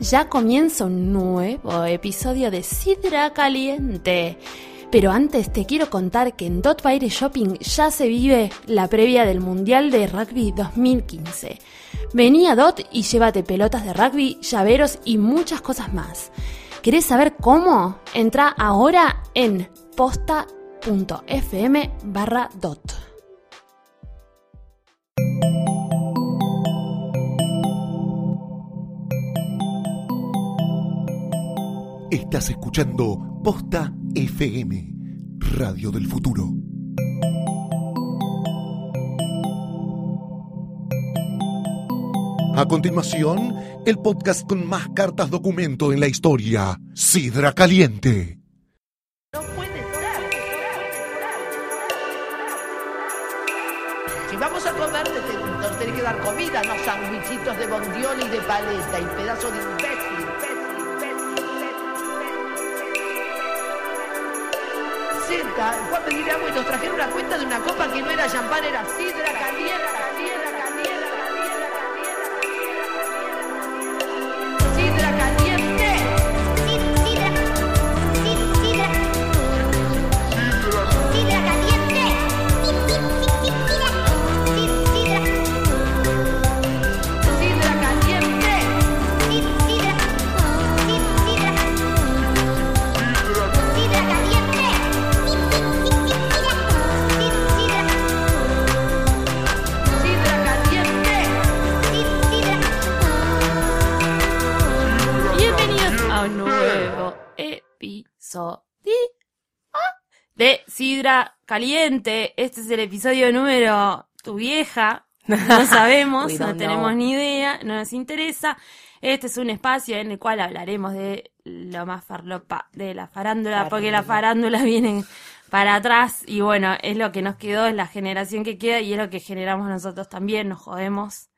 ya comienza un nuevo episodio de Sidra Caliente. Pero antes te quiero contar que en Dot Baile Shopping ya se vive la previa del Mundial de Rugby 2015. Vení a Dot y llévate pelotas de rugby, llaveros y muchas cosas más. ¿Querés saber cómo? Entra ahora en posta.fm barra Dot. Estás escuchando Posta FM, Radio del Futuro. A continuación, el podcast con más cartas documento en la historia, Sidra Caliente. No puede ser. Si vamos a comer, te- te- nos tenés que dar comida, no sandwichitos de bondioli y de paleta y pedazo de imbécil. imbécil, imbécil, imbécil. Senta, fue a pedir agua y nos trajeron una cuenta de una copa que no era champán, era sidra caliente, caliente, caliente, caliente, caliente, caliente. Sidra caliente. Sidra caliente. Sidra caliente. Bienvenidos a un nuevo episodio de Sidra Caliente. Este es el episodio número tu vieja. No sabemos, We no don't tenemos know. ni idea, no nos interesa. Este es un espacio en el cual hablaremos de lo más farlopa de la farándula, porque la farándula viene para atrás y bueno, es lo que nos quedó, es la generación que queda y es lo que generamos nosotros también, nos jodemos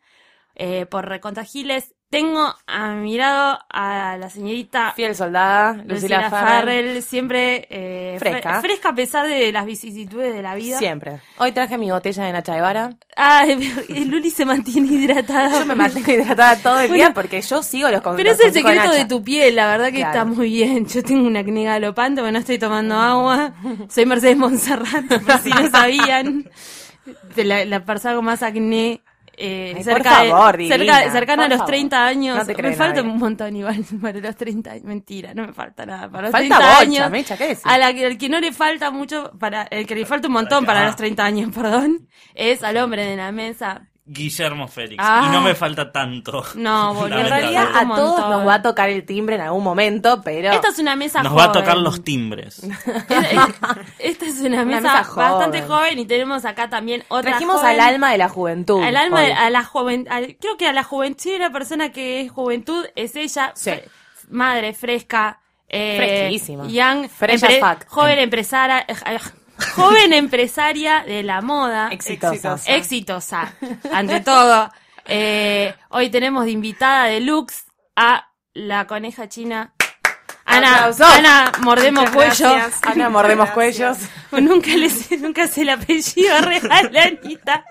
eh, por recontagiles. Tengo a mi lado a la señorita Fiel soldada, Lucila, Ah, Lucila Farrell. Farrell, siempre eh, fre- Fresca. fresca a pesar de las vicisitudes de la vida. Siempre. Hoy traje mi botella de Nacha Guevara. Ah, Luli se mantiene hidratada. Yo me mantengo hidratada todo el Bueno, día porque yo sigo los con- Pero los es el consejos secreto de Nacha. tu piel, la verdad que Claro. está muy bien. Yo tengo una acné galopante, pero no estoy tomando agua. Soy Mercedes Monserrat, por si no sabían. De La, la persona con más acné. eh, Ay, cerca por favor, de, divina, cerca, cercana a por los favor. 30 años. No te me cree falta nadie. un montón igual para los 30 años. Mentira, no me falta nada. Para los 30 Falta bocha, años. Mecha, ¿qué decís? A la que, al que no le falta mucho, para el que le falta un montón para los 30 años, perdón, es al hombre de la mesa. Guillermo Félix. Ah. Y no me falta tanto. No, boludo, En Lamentable. realidad un a todos montón. nos va a tocar el timbre en algún momento, pero Esta es una mesa Nos va a joven. tocar los timbres. Es- es- Esta es una mesa, mesa joven. bastante joven y tenemos acá también otra trajimos joven. al alma de la juventud. Al alma, hoy. de- a la joven, al- creo que a la juventud, si hay una persona que es juventud es ella, Sí. Fre- madre fresca, eh, Fresquísima. young, Fresh as fuck. joven empresaria, eh, joven empresaria de la moda, Exitosa. exitosa, ante todo. Eh, hoy tenemos de invitada de Lux a la coneja china. Ana, Aplausos. Ana, mordemos cuello. Ana, mordemos cuellos. Nunca, le sé, nunca sé el apellido real de Anita,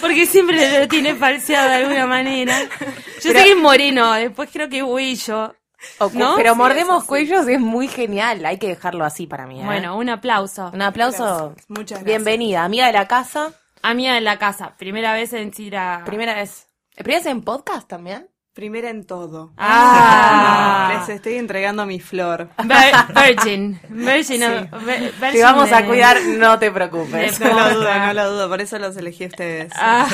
porque siempre lo tiene falseado de alguna manera. Yo sé que es Moreno, después creo que Huillo. O cu- ¿No? Pero Sí, mordemos cuellos es muy genial, hay que dejarlo así para mí. ¿eh? Bueno, un aplauso. un aplauso. Muchas gracias. Bienvenida, amiga de la casa. Amiga de la casa, primera vez en Cira. Primera vez. ¿Primera vez en podcast también? Primera en todo. Ah. Les estoy entregando mi flor. Vir- Virgin. Virgin. of- vir- virgin Te vamos a de- cuidar, no te de preocupes. No posta. lo dudo, no lo dudo, por eso los elegí a ustedes. Ah,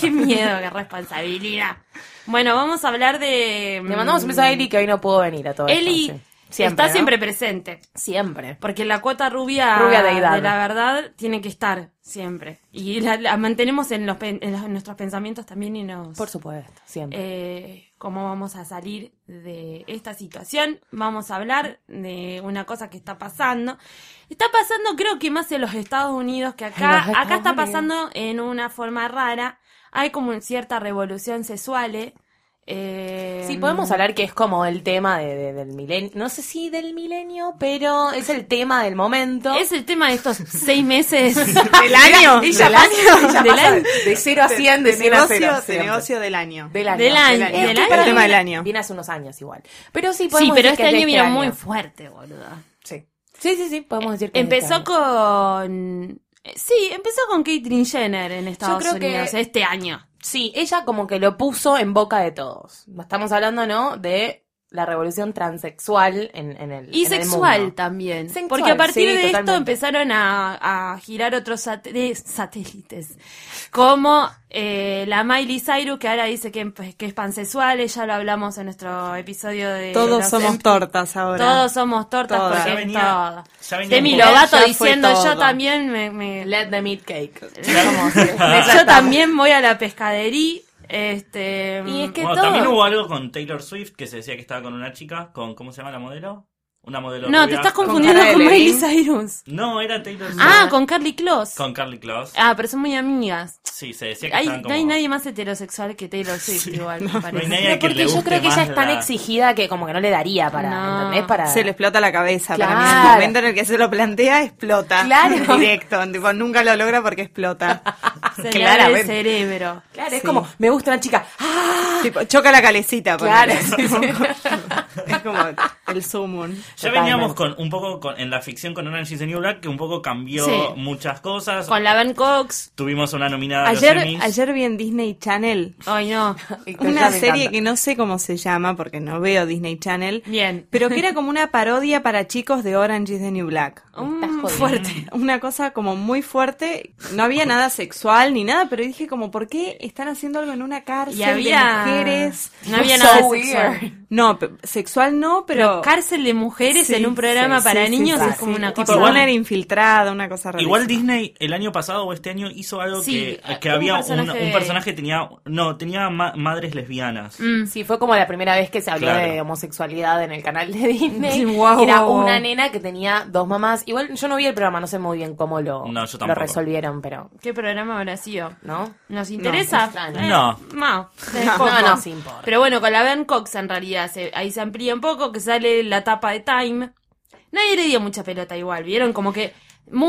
qué miedo, qué responsabilidad. Bueno, vamos a hablar de. mm, Le mandamos un beso a Mm. Eli que hoy no pudo venir a todo esto, Eli sí. está ¿no? siempre presente. Siempre. Porque la cuota rubia, Rubia de deidad. la verdad tiene que estar siempre. Y la, la mantenemos en, los, pen- en los- en nuestros pensamientos también y nos... Por supuesto, siempre. eh, cómo vamos a salir de esta situación. Vamos a hablar de una cosa que está pasando. Está pasando creo que más en los Estados Unidos que En los acá. Estados Acá está Unidos. pasando en una forma rara. Hay como cierta revolución sexual. eh, sí, sí, podemos hablar que es como el tema de- de- del milenio. No sé si del milenio, pero es el tema del momento. Es el tema de estos seis meses. del año. del año. ella Del pasa año. De 0 a 100, de de 100 a negocio, 0. de negocio del año. Del año. Del año, Es del que año. para El tema mí del año. Viene hace unos años igual. Pero sí, Sí, podemos pero decir que este es de año vino muy año. fuerte, boluda. Sí. Sí, sí, sí, podemos decir que es de este Empezó año. con... eh, Sí, empezó con Caitlyn Jenner en Estados creo que- Unidos este año. Sí, ella como que lo puso en boca de todos. Estamos hablando, ¿no? De la revolución transexual en, en el Y en el sexual mundo. también. Sexual, porque a sí, partir de esto totalmente. empezaron a, a girar otros satel- satélites. Como eh, la Miley Cyrus, que ahora dice que, pues, que es pansexual. Ella lo hablamos en nuestro episodio de. Todos los somos em- tortas ahora. Todos somos tortas Todas. porque Ya es venía- todo. ya venía Demi un poco. Lovato Ya fue diciendo, yo todo". también me. me- Let them eat cake. yo también voy a la pescadería. Este, Y es que Bueno, todo. también hubo algo con Taylor Swift que se decía que estaba con una chica, con ¿cómo se llama la modelo? Una modelo. No, te rubia. estás Con- confundiendo Cara con, de Miley Levin. Cyrus. No, era Taylor Swift. Ah, con Carly Close. Con Carly Close. Ah, pero son muy amigas. Sí, se decía que Hay, estaban no como. hay nadie más heterosexual que Taylor Swift, igual, me no hay parece. Pero nadie que le porque yo guste creo que ella más es tan la- exigida que como que no le daría para, No. ¿entendés? Para... Se le explota la cabeza. Para mí, en el Claro. momento en el que se lo plantea, explota. Claro. Directo. Tipo, nunca lo logra porque explota. Se le Claramente. abre el cerebro. Claro, es Sí. como, me gusta una chica. ¡Ah! tipo, choca la calecita. Claro. ponele. es como el sumum. Ya Totalmente. veníamos con un poco con- en la ficción con Orange is the New Black que un poco cambió Sí. muchas cosas. Con la Ben Cox. Tuvimos una nominada a los Ayer, Emmys. ayer vi en Disney Channel Ay, no. una serie que no sé cómo se llama porque no veo Disney Channel, Bien. pero que era como una parodia para chicos de Orange is the New Black. Mm, jodiendo. fuerte. Una cosa como muy fuerte, no había nada sexual ni nada, pero dije como, ¿por qué están haciendo algo en una cárcel Y había. de mujeres? No había So nada weird. sexual. No, pe- sexual no, pero... Cárcel de mujeres Sí, en un programa sí, para sí, niños sí, es como sí. una Tipo, cosa. una era infiltrada, una cosa rara. Igual Disney el año pasado o este año hizo algo Sí, que, que un había un un personaje personaje, gay. que tenía no tenía ma- madres lesbianas. Mm. Sí, fue como la primera vez que se habló Claro. de homosexualidad en el canal de Disney. Sí, guau, que era guau, guau. una nena que tenía dos mamás. Igual yo no vi el programa, no sé muy bien cómo lo, No, yo lo tampoco. resolvieron, pero ¿Qué programa habrá sido? ¿no? ¿Nos interesa? extraño. Eh, No. No. No, no, sí importa. Pero bueno, con la Ben Cox en realidad se- ahí se amplía un poco, que sale la tapa de Time. Nadie le dio mucha pelota igual, ¿vieron? Como que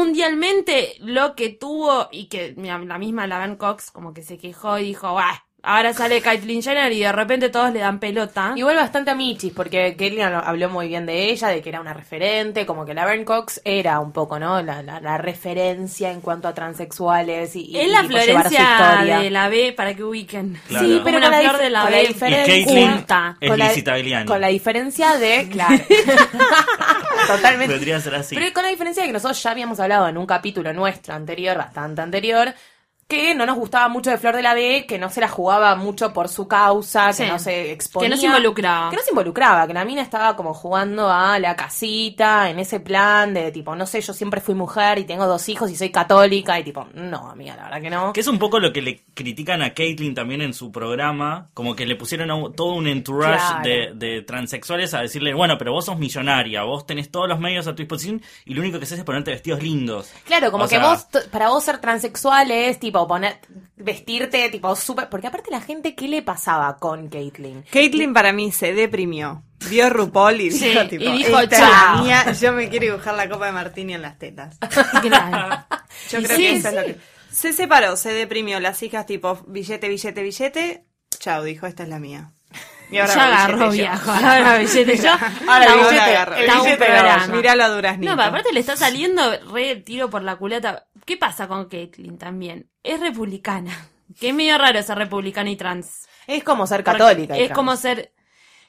mundialmente lo que tuvo y que mira, la misma la Ben Cox como que se quejó y dijo, "Bah, ahora sale Caitlyn Jenner y de repente todos le dan pelota. Igual bastante a Michis, porque Kelly habló muy bien de ella, de que era una referente, como que la Vern Cox era un poco, ¿no? La, la, la referencia en cuanto a transexuales y, y- es la y por llevar su Florencia historia. de la B para que ubiquen. Claro. Sí, Como pero con una la flor dif- de la con B Y Caitlyn culta. es con la- Lizzie Tagliani. Con la diferencia de, claro, totalmente. Podría ser así. Pero con la diferencia de que nosotros ya habíamos hablado en un capítulo nuestro anterior, bastante anterior, que no nos gustaba mucho de Flor de la B, que no se la jugaba mucho por su causa, Sí. que no se exponía. Que no se involucraba. Que no se involucraba, que la mina estaba como jugando a la casita, en ese plan de tipo, no sé, yo siempre fui mujer y tengo dos hijos y soy católica, y tipo, no, amiga, la verdad que no. Que es un poco lo que le critican a Caitlyn también en su programa, como que le pusieron a un- todo un entourage Claro. de, de transexuales a decirle, bueno, pero vos sos millonaria, vos tenés todos los medios a tu disposición y lo único que haces es ponerte vestidos lindos. Claro, como O que sea, vos, t- para vos ser transexual es tipo poner, vestirte tipo súper, porque aparte la gente, ¿qué le pasaba con Caitlyn? Caitlyn para mí se deprimió. Vio RuPaul y Sí, dijo, tipo, y dijo, "Esta es la "Chao". mía, yo me quiero dibujar la copa de Martini en las tetas. Claro. Yo Y creo sí, que eso sí. es lo que... Se separó, se deprimió, las hijas tipo, billete, billete, billete, chao, dijo, esta es la mía. Y ya billete agarró yo. viejo, ahora billete yo. Ahora está digo, un- ahora agarro. está un Billete, programa. no, miralo a Duraznito. No, pero aparte le está saliendo re el tiro por la culata. ¿Qué pasa con Caitlyn también? Es republicana. Qué medio raro ser republicana y trans. Es como ser católica. y Es trans. como ser...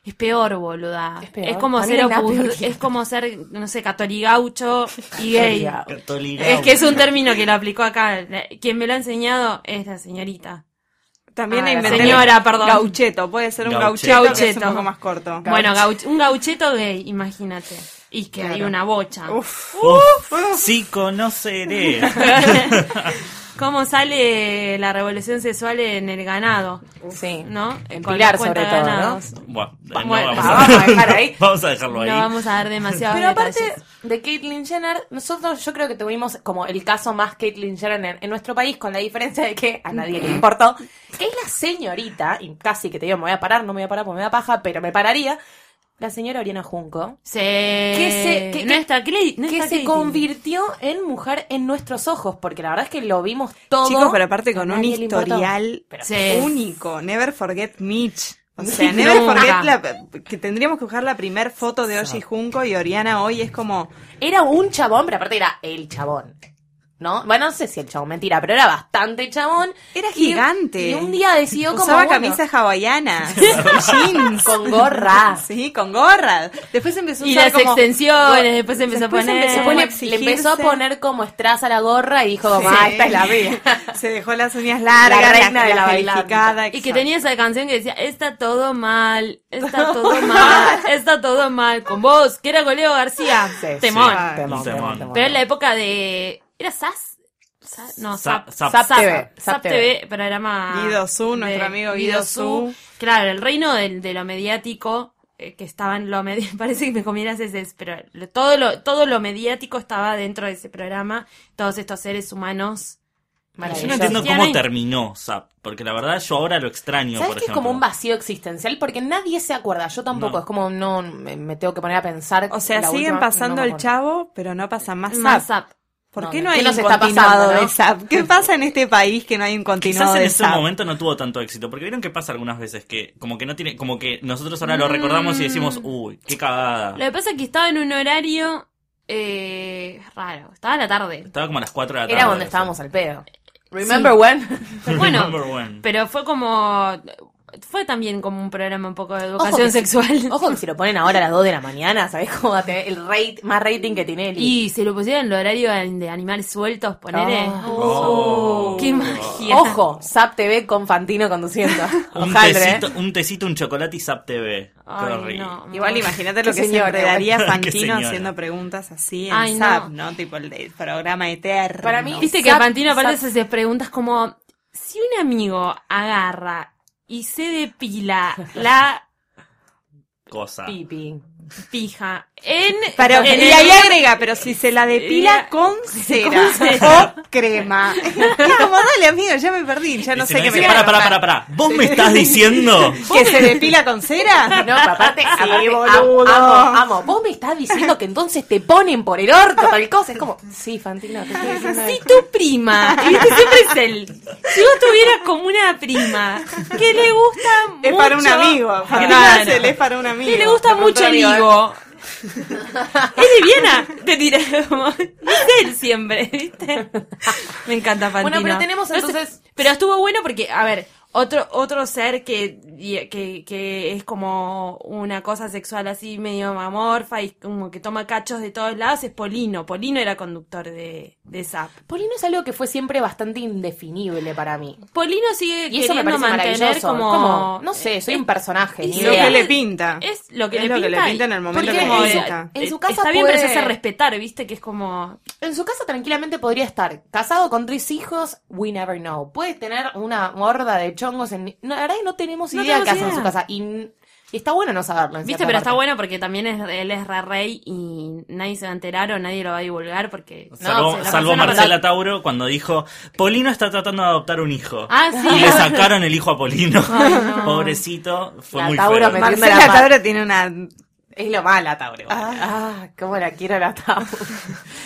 Es peor, boluda. Es peor. como Para mí ser no hay nada opu- peor que- es como ser, no sé, catoligaucho y gay. Católica. Católica. Es que es un término que lo aplicó acá. La- Quien me lo ha enseñado es la señorita. También Ah, inventé el señora, perdón. Gaucheto, puede ser un Gaucheto. gaucheto, que es un Gaucheto. poco más corto. Bueno, gauch- un gaucheto gay, imagínate. Y que hay Claro. una bocha. Uf. Uf, sí conoceré. cómo sale la revolución sexual en el ganado, Sí. ¿no? En Con Pilar, la cuenta sobre todo, ganados. ¿no? Bueno, eh, no Bueno, vamos, la a... vamos a dejar ahí. vamos a dejarlo ahí. No vamos a dar demasiado Pero aparte detalles. de Caitlyn Jenner, nosotros yo creo que tuvimos como el caso más Caitlyn Jenner en, en nuestro país, con la diferencia de que a nadie le importó, que es la señorita, y casi que te digo, me voy a parar, no me voy a parar porque me da paja, pero me pararía, la señora Oriana Junco, Se... se- que- no que- está Clay- no que está se Caitlyn. convirtió en mujer en nuestros ojos, porque la verdad es que lo vimos todo. Chicos, pero aparte con A un nadie le importó. historial Pero- Sí. único. Never forget Mitch. O sea, never Nunca. forget la- que tendríamos que buscar la primer foto de Oji Junco y Oriana hoy es como Era un chabón, pero aparte era el chabón. ¿No? Bueno, no sé si el chabón, mentira, pero era bastante chabón. Era Y- gigante. Y, un día decidió como. usaba bueno, camisa hawaiana, jeans Con gorra. Sí, con gorra. Después empezó a Y usar las como- extensiones, después se empezó Después a poner. empezó Se a pone- le exigirse. empezó a poner como estraza a la gorra y dijo como, Sí. ah, esta es la mía. Se dejó las uñas largas, La reina la- de la la bailanta. verificada, Y que exacto. tenía esa canción que decía, está todo mal, está todo mal, está todo mal, con vos, que era con Leo García. Temón. sí. Temón, temón, temón. Pero en la época de... ¿Era Sas? Sa- No, Sa- Zap. Zap. Zap TV, Zap, Zap Zap TV, pero era más... Guido Zu, nuestro de- amigo Guido Zu. Claro, el reino del- de, lo mediático, eh, que estaba en lo mediático, parece que me comieras ese, pero lo- todo lo, todo lo mediático estaba dentro de ese programa, todos estos seres humanos. Yo Maravilloso. no entiendo Cristiano cómo y- terminó Zap, porque la verdad yo ahora lo extraño, ¿Sabes por que es ejemplo. como un vacío existencial? Porque nadie se acuerda, yo tampoco, No. es como no me, me tengo que poner a pensar. O sea, la siguen última- pasando no me el acuerdo. chavo, pero no pasan más Más zap. Zap. ¿Por No, qué no. no hay ¿Qué nos un está continuado pasando, no? de zap? ¿Qué pasa en este país que no hay un continuado Quizás en de este ese zap? momento no tuvo tanto éxito, porque vieron que pasa algunas veces que como que no tiene, como que nosotros ahora lo recordamos y decimos, uy, qué cagada. Lo que pasa es que estaba en un horario eh, raro, estaba a la tarde. Estaba como a las 4 de la tarde. Era cuando o sea. estábamos al pedo. Remember when? Bueno, Remember when. pero fue como... Fue también como un programa un poco de Ojo educación que si- sexual. ojo que si lo ponen ahora a las 2 de la mañana, ¿sabes cómo va a tener el rate, más rating que tiene el Y se lo pusieron en el horario de animales sueltos, ponele. Ah. Oh. ¡Qué magia! Ojo, Zap TV con Fantino conduciendo. Un Ojaldre, tecito, ¿eh? un tecito, un chocolate y Zap TV. Ay, Qué rico. no. Igual imagínate lo Qué que señora, se daría igual. Qué Fantino señora. haciendo preguntas así en Ay, no. zap, ¿no? Tipo el, el programa eterno. Para mí- Viste que Zap- a Pantino aparte zap- se hace preguntas como si un amigo agarra y se depila la Cosa. Pipi. pija en Pero, en y el- ahí agrega, pero si se la depila Eh, con cera o crema. Es como, dale, amigo, ya me perdí, ya no Y si sé qué dice, me para, para, para, para. ¿Vos me estás diciendo? ¿Que se depila con cera? No, pero aparte, aparte, boludo. Amo, amo. Vos me estás diciendo que entonces te ponen por el orto tal cosa. Es como, sí, Fantino, te estoy diciendo si eso. tu prima, y viste, siempre es el, si vos tuvieras como una prima que le gusta mucho, Es para un amigo. Porque no Claro. hace, es para un amigo. Que le gusta Te mucho pregunto, el amigo, higo. ¿eh? Es liviana, te diré como. Es él siempre, ¿viste? Me encanta Fantino. Bueno, pero tenemos No sé, entonces- pero estuvo bueno porque, a ver, otro, otro ser que, y- que, que es como una cosa sexual así medio amorfa y como que toma cachos de todos lados es Polino. Polino era conductor de, de Zap. Polino es algo que fue siempre bastante indefinible para mí. Polino sigue Y eso me queriendo parece mantener maravilloso. como, Como, no sé, soy un personaje, ni es- Lo idea. que le pinta. Es lo que, Es le, lo que pinta le y- pinta en el momento porque que como le de- pinta. En su casa está bien, pero se puede- hace respetar, viste, que es como En su casa tranquilamente podría estar casado con tres hijos, we never know. Puede tener una horda de chongos en... no, la verdad es que no tenemos No idea qué tenemos hace en idea. su casa. Y, y está bueno no saberlo. en Viste, cierta pero está parte. bueno porque también es, él es re rey y nadie se va a enterar o nadie lo va a divulgar porque... salvo se la salvo persona- Marcela Tauro cuando dijo, Polino está tratando de adoptar un hijo. Ah, Y le sí. sacaron el hijo a Polino. Ay, no. Pobrecito, fue La muy Tauro feo. me- Metiendo Marcela la pata. Tauro tiene una... Es lo mala, Tauro. Ah, cómo la quiero a la Tauro.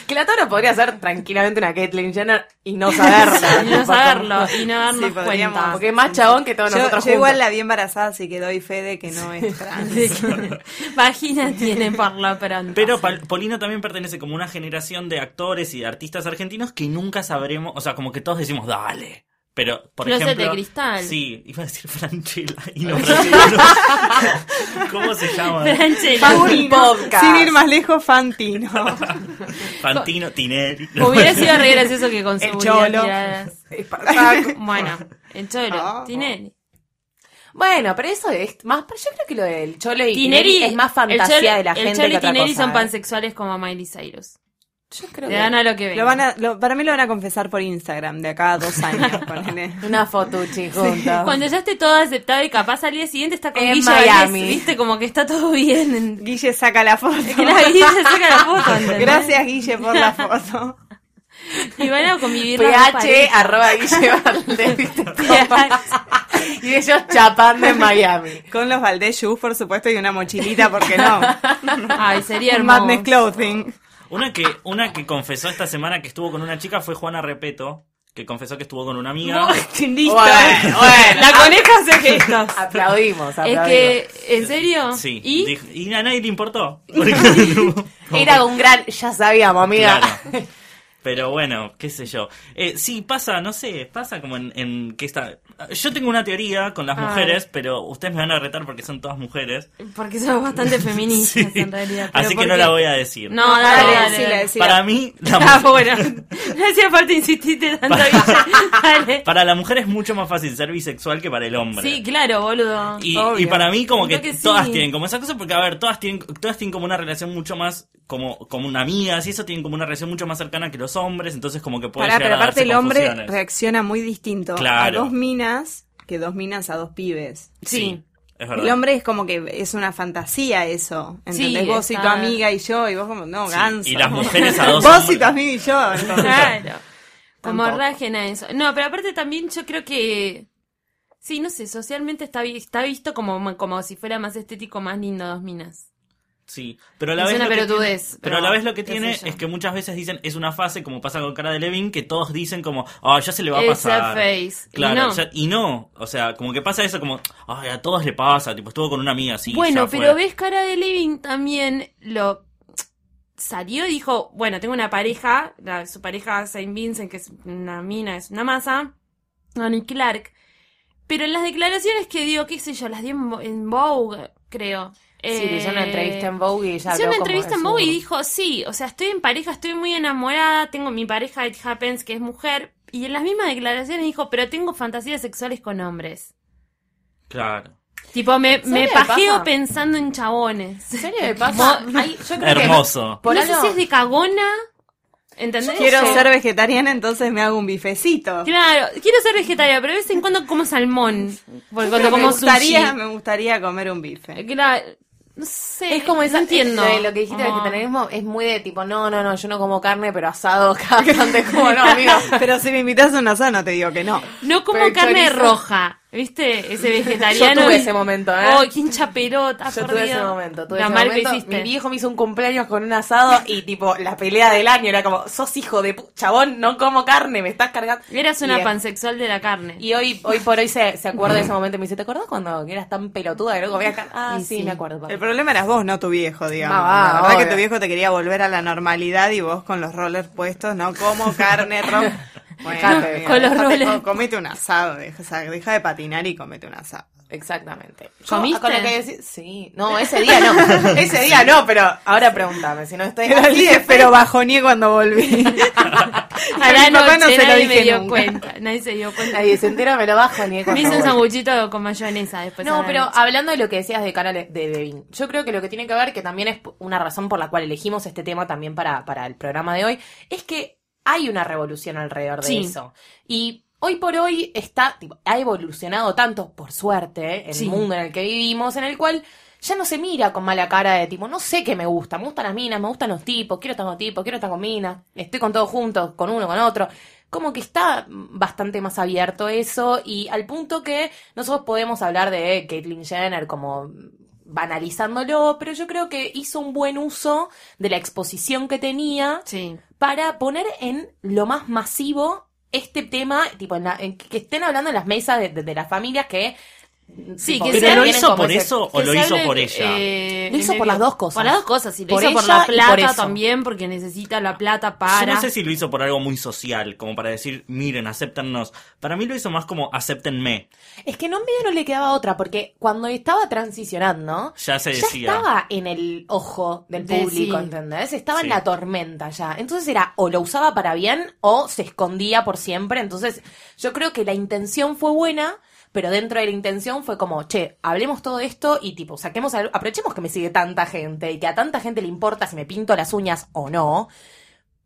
que la Tauro podría ser tranquilamente una Caitlyn Jenner y no saberlo. Y no saberlo y no darnos Sí, podríamos. cuenta. Porque es más chabón que todos Yo, nosotros yo igual juntos. la vi embarazada, así que doy fe de que no es trans. Vagina tiene por lo pronto. Pero Pal- Polino también pertenece como una generación de actores y de artistas argentinos que nunca sabremos, o sea, como que todos decimos, dale. Pero, por Closet ejemplo... de cristal. Sí, iba a decir Franchella y no Franchella. ¿Cómo se llama? Franchella. Fantino. podcast. Sin ir más lejos, Fantino. Fantino, Tinelli. Hubiera sido re gracioso que con El seguridad cholo. tiraras- Bueno, el cholo. Ah. Tinelli. Bueno, pero eso es más... Pero yo creo que lo del Cholo y Tineri Tinelli es más el fantasía cholo- de la el gente cholo que y otra Tinelli cosa, son ¿eh? pansexuales como Miley Cyrus. Yo creo Le dan a lo que Lo venga. van a- lo- para mí lo van a confesar por Instagram de acá a dos años. ponele. Una fotuchi juntos. Cuando ya esté todo aceptado y capaz al día siguiente está con En Guille Miami. Vélez, viste, como que está todo bien. en- Guille saca la foto. Que la Guille saca la foto, ¿entendés? Gracias, Guille, por la foto. Y van a convivir las dos PH parejas. arroba Guille Valdés, ¿viste? Y ellos chapando en Miami. Con los Valdés Shoes, por supuesto, y una mochilita, porque no. Ay, sería Un hermoso. Madness Clothing. Una que, una que confesó esta semana que estuvo con una chica fue Juana Repeto, que confesó que estuvo con una amiga. Listo. Bueno, Ah, bueno. La coneja hace gestos. Aplaudimos, Es aplaudimos. que, ¿en serio? Sí. ¿Y? dijo- y a nadie le importó. Porque- Era un gran... Ya sabíamos, amiga. Claro. Pero bueno, qué sé yo. Eh, sí, pasa, no sé, pasa como en, en que está... Yo tengo una teoría con las Ay. mujeres, pero ustedes me van a retar porque son todas mujeres. Porque somos bastante feministas Sí. en realidad. pero Así que ¿por no qué? la voy a decir. No, dale, Dale, dale. decila, dale. decila. Para mí, la Ah, mujer- bueno. No hacía falta insistirte tanto, Guille. Dale. para la mujer es mucho más fácil ser bisexual que para el hombre. Sí, claro, boludo. Y, Obvio. y para mí como que, Creo que sí. todas tienen como esa cosa porque a ver todas tienen todas tienen como una relación mucho más como como una amigas y eso tienen como una relación mucho más cercana que los hombres entonces como que puede Pará, llegar pero a darse aparte el hombre confusiones. reacciona muy distinto Claro. a dos minas que dos minas a dos pibes. Sí. es verdad El hombre es como que es una fantasía eso. ¿Entendés? Sí, vos y tu está- amiga y yo, y vos como, no, Sí, ganso. y las mujeres a dos Vos hombres. y tu amiga y yo. entonces. Claro. Como Tampoco. rajen a eso. No, pero aparte también yo creo que. Sí, no sé, socialmente está, vi- está visto como, como si fuera más estético, más lindo dos minas. sí pero a la es vez una lo que pelotudez, tiene- pero pero a la vez lo que qué tiene sé yo. es que muchas veces dicen es una fase como pasa con cara de Levin que todos dicen como ah ya se le va a It's a pasar face. Y Claro, no. ya- y no, o sea, como que pasa eso como, ay, a todos le pasa, tipo, estuvo con una amiga, sí, bueno, ya fue. pero ves cara de Living también lo salió y dijo, bueno, tengo una pareja, la- su pareja Saint Vincent, que es una mina, es una masa, Annie Clark. Pero en las declaraciones que dio, qué sé yo, las dio en, Vo- en Vogue, creo. Sí, le hizo una entrevista en Vogue y ella Hizo habló una como entrevista de en su- Vogue y dijo, sí, o sea, estoy en pareja, estoy muy enamorada, tengo mi pareja It Happens, que es mujer, y en las mismas declaraciones dijo, pero tengo fantasías sexuales con hombres. Claro. Tipo, me, ¿Sabes me lo que pajeo pasa? pensando en chabones. ¿En serio me pasa? Ay, yo creo que- Hermoso. Por no algo- sé si es de cagona. ¿Entendés? Quiero Sí. ser vegetariana, entonces me hago un bifecito. Claro, quiero ser vegetariana, pero de vez en cuando como salmón. Porque cuando Pero como me gustaría, sushi. me gustaría comer un bife. Claro, no sé. Es como no esa, entiendo. de lo que dijiste del Como- vegetarianismo es muy de tipo, no, no, no, yo no como carne, pero asado cada tanto es como, no, amigo. Pero si me invitas a una asado no te digo que no. No como Pero carne chorizo. roja. ¿Viste? Ese vegetariano. Yo tuve ese momento, ¿eh? Oh, qué hincha pelota, Yo por tuve Dios. ese momento, tuve La ese mal momento. que hiciste. Mi viejo me hizo un cumpleaños con un asado y tipo la pelea del año era como, sos hijo de pu- chabón, no como carne, me estás cargando. Eras una Y es- pansexual de la carne. Y hoy, hoy por hoy se, se acuerda de ese momento y me dice, ¿te acordás cuando eras tan pelotuda que no comías carne? Ah, Y sí, sí. me acuerdo. papá". El problema eras vos, no tu viejo, digamos. Ah, va, la verdad obvio. que tu viejo te quería volver a la normalidad y vos con los rollers puestos, no como carne, roja. Dejate, con los rollers. Comete un asado, deja, o sea, deja de patinar y comete un asado. Exactamente. Yo, ¿Comiste? con lo que decí- Sí. No, ese día no. Ese día no, pero ahora pregúntame, si no estoy Era el 10, pero bajoneé cuando volví. A la mi papá no noche se lo nadie dije me dio nunca. cuenta. Nadie se dio cuenta. Nadie se entera, me lo bajo ni Me hice un cuando voy. sanguchito con mayonesa después. a No, la pero noche. hablando de lo que decías de canal de Devin, yo creo que lo que tiene que ver, que también es una razón por la cual elegimos este tema también para, para el programa de hoy, es que hay una revolución alrededor de Sí. eso. Y hoy por hoy está, tipo, ha evolucionado tanto, por suerte, el Sí. mundo en el que vivimos, en el cual ya no se mira con mala cara de tipo, no sé qué me gusta, me gustan las minas, me gustan los tipos, quiero estar con tipos, quiero estar con minas, estoy con todos juntos, con uno, con otro. Como que está bastante más abierto eso y al punto que nosotros podemos hablar de Caitlyn Jenner como banalizándolo, pero yo creo que hizo un buen uso de la exposición que tenía Sí. para poner en lo más masivo este tema, tipo, en la- en que- que estén hablando en las mesas de, de- de las familias que... Sí, tipo, que Pero sea- lo tienen hizo como por ese- eso o Que lo se hizo hable, por ella. eh, Lo hizo por en el- las dos cosas. Por las dos cosas. Y lo Por hizo por ella la y por plata eso. también, porque necesita la plata Yo para. no sé si lo hizo por algo muy social, como para decir, miren, acéptennos. Para mí lo hizo más como, acéptenme. Es que no medio no le quedaba otra, porque cuando estaba transicionando, Ya se ya decía. estaba en el ojo del De- público, sí. ¿entendés? Estaba Sí. en la tormenta ya. Entonces era o lo usaba para bien o se escondía por siempre. Entonces yo creo que la intención fue buena, pero dentro de la intención fue como, che, hablemos todo esto y tipo, saquemos, al- aprovechemos que me sigue tanta gente y que a tanta gente le importa si me pinto las uñas o no.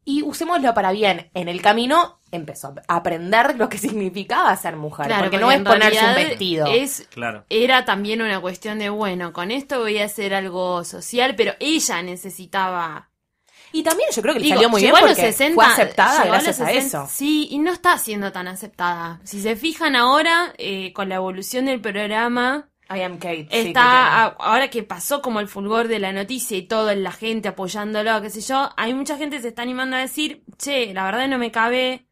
Y usémoslo para bien. En el camino empezó a aprender lo que significaba ser mujer. Claro, porque, no es en ponerse un realidad vestido. Es, Claro. era también una cuestión de, bueno, con esto voy a hacer algo social, pero ella necesitaba. Y también yo creo que le Digo, salió muy bien llegó a los porque 60, fue aceptada llegó gracias los a, 60, eso. Sí, y no está siendo tan aceptada. Si se fijan ahora, eh, con la evolución del programa, I am Kate. sí, está Tatiana. a- ahora que pasó como el fulgor de la noticia y toda la gente apoyándolo, qué sé yo, hay mucha gente que se está animando a decir, che, la verdad no me cabe.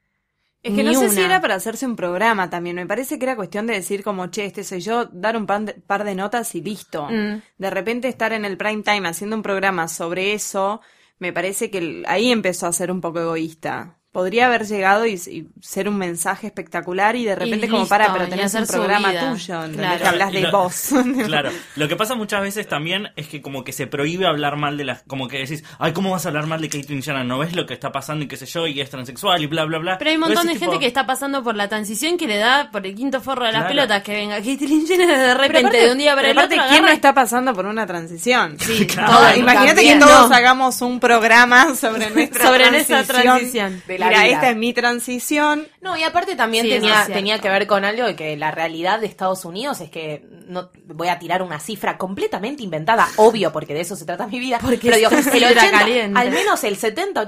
Es que ni no sé una". si era para hacerse un programa también. Me parece que era cuestión de decir como, che, este soy yo, dar un pan de- par de notas y listo. Mm. De repente estar en el prime time haciendo un programa sobre eso, me parece que el- ahí empezó a ser un poco egoísta. Podría haber llegado y, y ser un mensaje espectacular y de repente como listo, para, pero y tenés hacer un su programa vida. tuyo, ¿entendés? Claro. Que hablas de Lo- vos. Claro, lo que pasa muchas veces también es que como que se prohíbe hablar mal de las, como que decís, ay, ¿cómo vas a hablar mal de Caitlyn Jenner? ¿No ves lo que está pasando y qué sé yo? Y es transexual y bla, bla, bla. Pero hay un montón de Entonces, gente tipo, que está pasando por la transición que le da por el quinto forro de las Claro. pelotas que venga Caitlyn Jenner de repente, de un día para pero el aparte, otro. ¿quién no agarra- está pasando por una transición? Ah, Sí, Claro. todo- Imagínate también. que todos No. hagamos un programa sobre nuestra Sobre transición. nuestra transición. de la Mira, vida. esta es mi transición. No, y aparte también Sí, eso es tenía, cierto. tenía que ver con algo de que la realidad de Estados Unidos es que no voy a tirar una cifra completamente inventada, obvio, porque de eso se trata mi vida. pero digo, esta el cifra 80, caliente. al menos el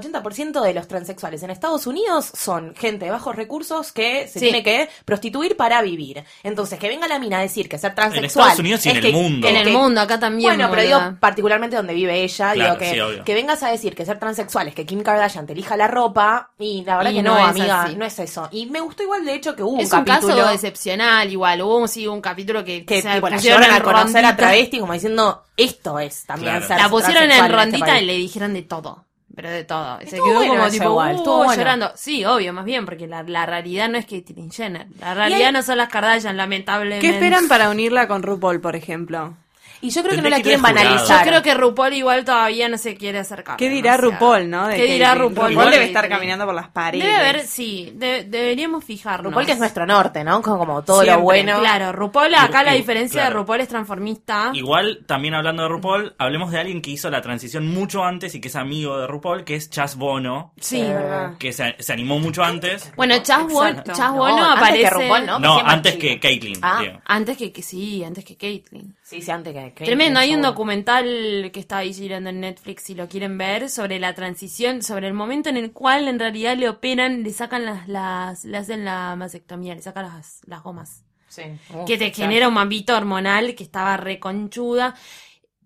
70-80% de los transexuales en Estados Unidos son gente de bajos recursos que se Sí. tiene que prostituir para vivir. Entonces, que venga la mina a decir que ser transexual. Estados Unidos y en es el que- mundo. que- En el que- mundo, acá también. bueno, pero boluda. digo particularmente donde vive ella, Claro, digo que, sí, obvio. que vengas a decir que ser transexual es que Kim Kardashian te elija la ropa y la verdad Y que no no, es amiga, así. no es eso. Y me gustó igual de hecho que hubo es un un capítulo caso excepcional, igual. Hubo un- sí, un capítulo que, que se tipo, la pusieron llevaron a en conocer a rondita. travesti como diciendo esto es también Claro. ser La pusieron transexual en este rondita país". y le dijeron de todo. Pero de todo. Se Estuvo quedó bueno como eso tipo, igual, uh, estuvo bueno. llorando. Sí, obvio, más bien, porque la, la realidad no es Caitlyn Jenner. La realidad hay- no son las Kardashian, lamentablemente. ¿Qué esperan para unirla con RuPaul, por ejemplo? Y yo creo que no Tendría la que ir quieren al jurado. Yo banalizar. creo que RuPaul igual todavía no se quiere acercar. ¿Qué dirá demasiado. RuPaul, no? De ¿Qué dirá Caitlyn? RuPaul? RuPaul debe de estar Caitlyn. caminando por las paredes. Debe haber, sí, de- deberíamos fijarnos. RuPaul que es nuestro norte, ¿no? Como, como todo Siempre, lo bueno. Claro, RuPaul, acá Ru- la Ru- diferencia claro. de RuPaul es transformista. Igual, también hablando de RuPaul, hablemos de alguien que hizo la transición mucho antes y que es amigo de RuPaul, que es Chas Bono, Sí, Eh, verdad. que se, se animó mucho antes. Bueno, Chas Bono, Exacto. Chas No, Bono antes aparece. que RuPaul, ¿no? No, Recién más antes chico. que Caitlyn. Ah. digo. Antes que, que sí, antes que Caitlyn. Sí, sí, antes que. que- Tremendo, hay un seguro. documental que está ahí girando en Netflix si lo quieren ver sobre la transición, sobre el momento en el cual en realidad le operan, le sacan las, las le hacen la mastectomía, le sacan las, las gomas. Sí. Uh, que te claro. genera un mambito hormonal que estaba reconchuda.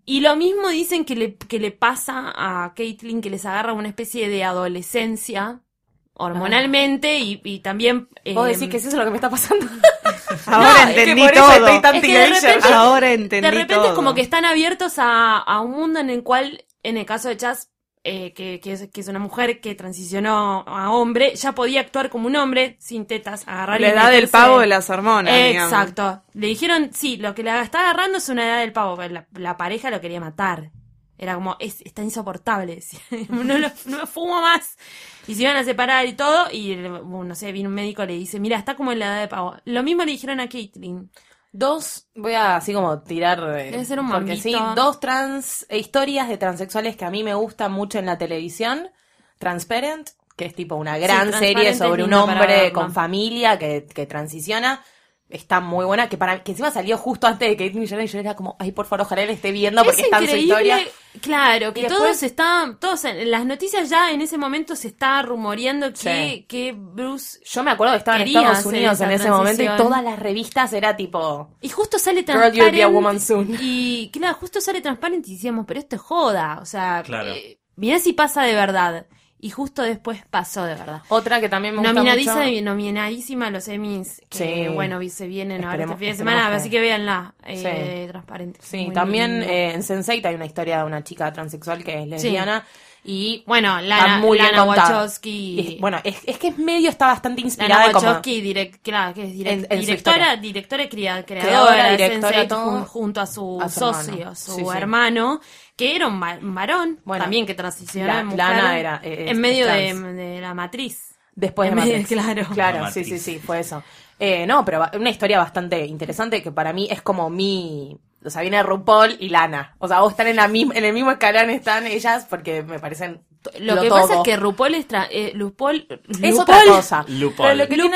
Y lo mismo dicen que le, que le pasa a Caitlyn, que les agarra una especie de adolescencia hormonalmente y, y también... Vos eh, decís que es eso lo que me está pasando. Ahora No, es que entendí por eso todo. estoy tan Es que de teenager. repente- Ahora entendí de repente todo. es como que están abiertos a, a un mundo en el cual, en el caso de Chas, eh, que, que es, que es una mujer que transicionó a hombre, ya podía actuar como un hombre sin tetas, agarrar y La edad del meterse- pavo de las hormonas, digamos. Exacto. Le dijeron, sí, lo que la está agarrando es una edad del pavo, pero la, la pareja lo quería matar. Era como, es, está insoportable. decía. No, lo, no fumo más. Y se iban a separar y todo. Y, bueno, no sé, vino un médico y le dice, mira, está como en la edad de pavo. Lo mismo le dijeron a Caitlyn. Dos, voy a así como tirar. eh, Debe ser un porque mambito. sí, dos trans eh, historias de transexuales que a mí me gustan mucho en la televisión. Transparent, que es tipo una gran Transparent serie es sobre un lindo para hombre verlo. con familia que, que transiciona. Está muy buena, que para que encima salió justo antes de que Jenner y yo era como, ay, por favor, ojalá él esté viendo porque está en su historia. Claro, que Y después- todos están, todos en las noticias ya en ese momento se está rumoreando que, Sí. que Bruce... Yo me acuerdo que estaba en Quería Estados hacer Unidos esa en ese momento y transición. todas las revistas era tipo. Y justo sale Girl, you'll be a woman transparente. soon. Y claro, justo sale transparente y decíamos, pero esto es joda. O sea, Claro. eh, mirá si pasa de verdad. Y justo después pasó de verdad. Otra que también me gusta mucho. Nominadiza, nominadísima a los Emmys. Que, Sí. bueno, vi- se vienen ahora Esperemos- este fin de esperemos semana, que- así que véanla. eh, Transparente. Sí, Muy también linda. eh, en Sense8 hay una historia de una chica transexual que es lesbiana y bueno, está Lana, muy bien Lana contada. Wachowski. Es- bueno, es, es que es medio está bastante Lana inspirada como Wachowski, direct- claro, que es direct- En- en su directora, historia. directora, crea- Creadora, creadora, directora, Sense8, todo. jun- junto a su, A su socio, hermano. su Sí, sí. hermano, que era un, ma- un varón, Bueno, también que transicionó La- en mujer, Lana era, eh, es- en medio es de, trans. de la matriz. después de en medio- Matrix. claro. Claro, La sí, sí, Matrix. sí, fue eso. Eh, no, pero va- una historia bastante interesante que para mí es como mi... O sea, viene RuPaul y Lana. O sea, vos están en, la misma, en el mismo escalón, están ellas porque me parecen to- Lo, Lo que pasa todo. es que RuPaul es, tra- eh, RuPaul- Es RuPaul- otra cosa. Lupol. Pero lo que tiene el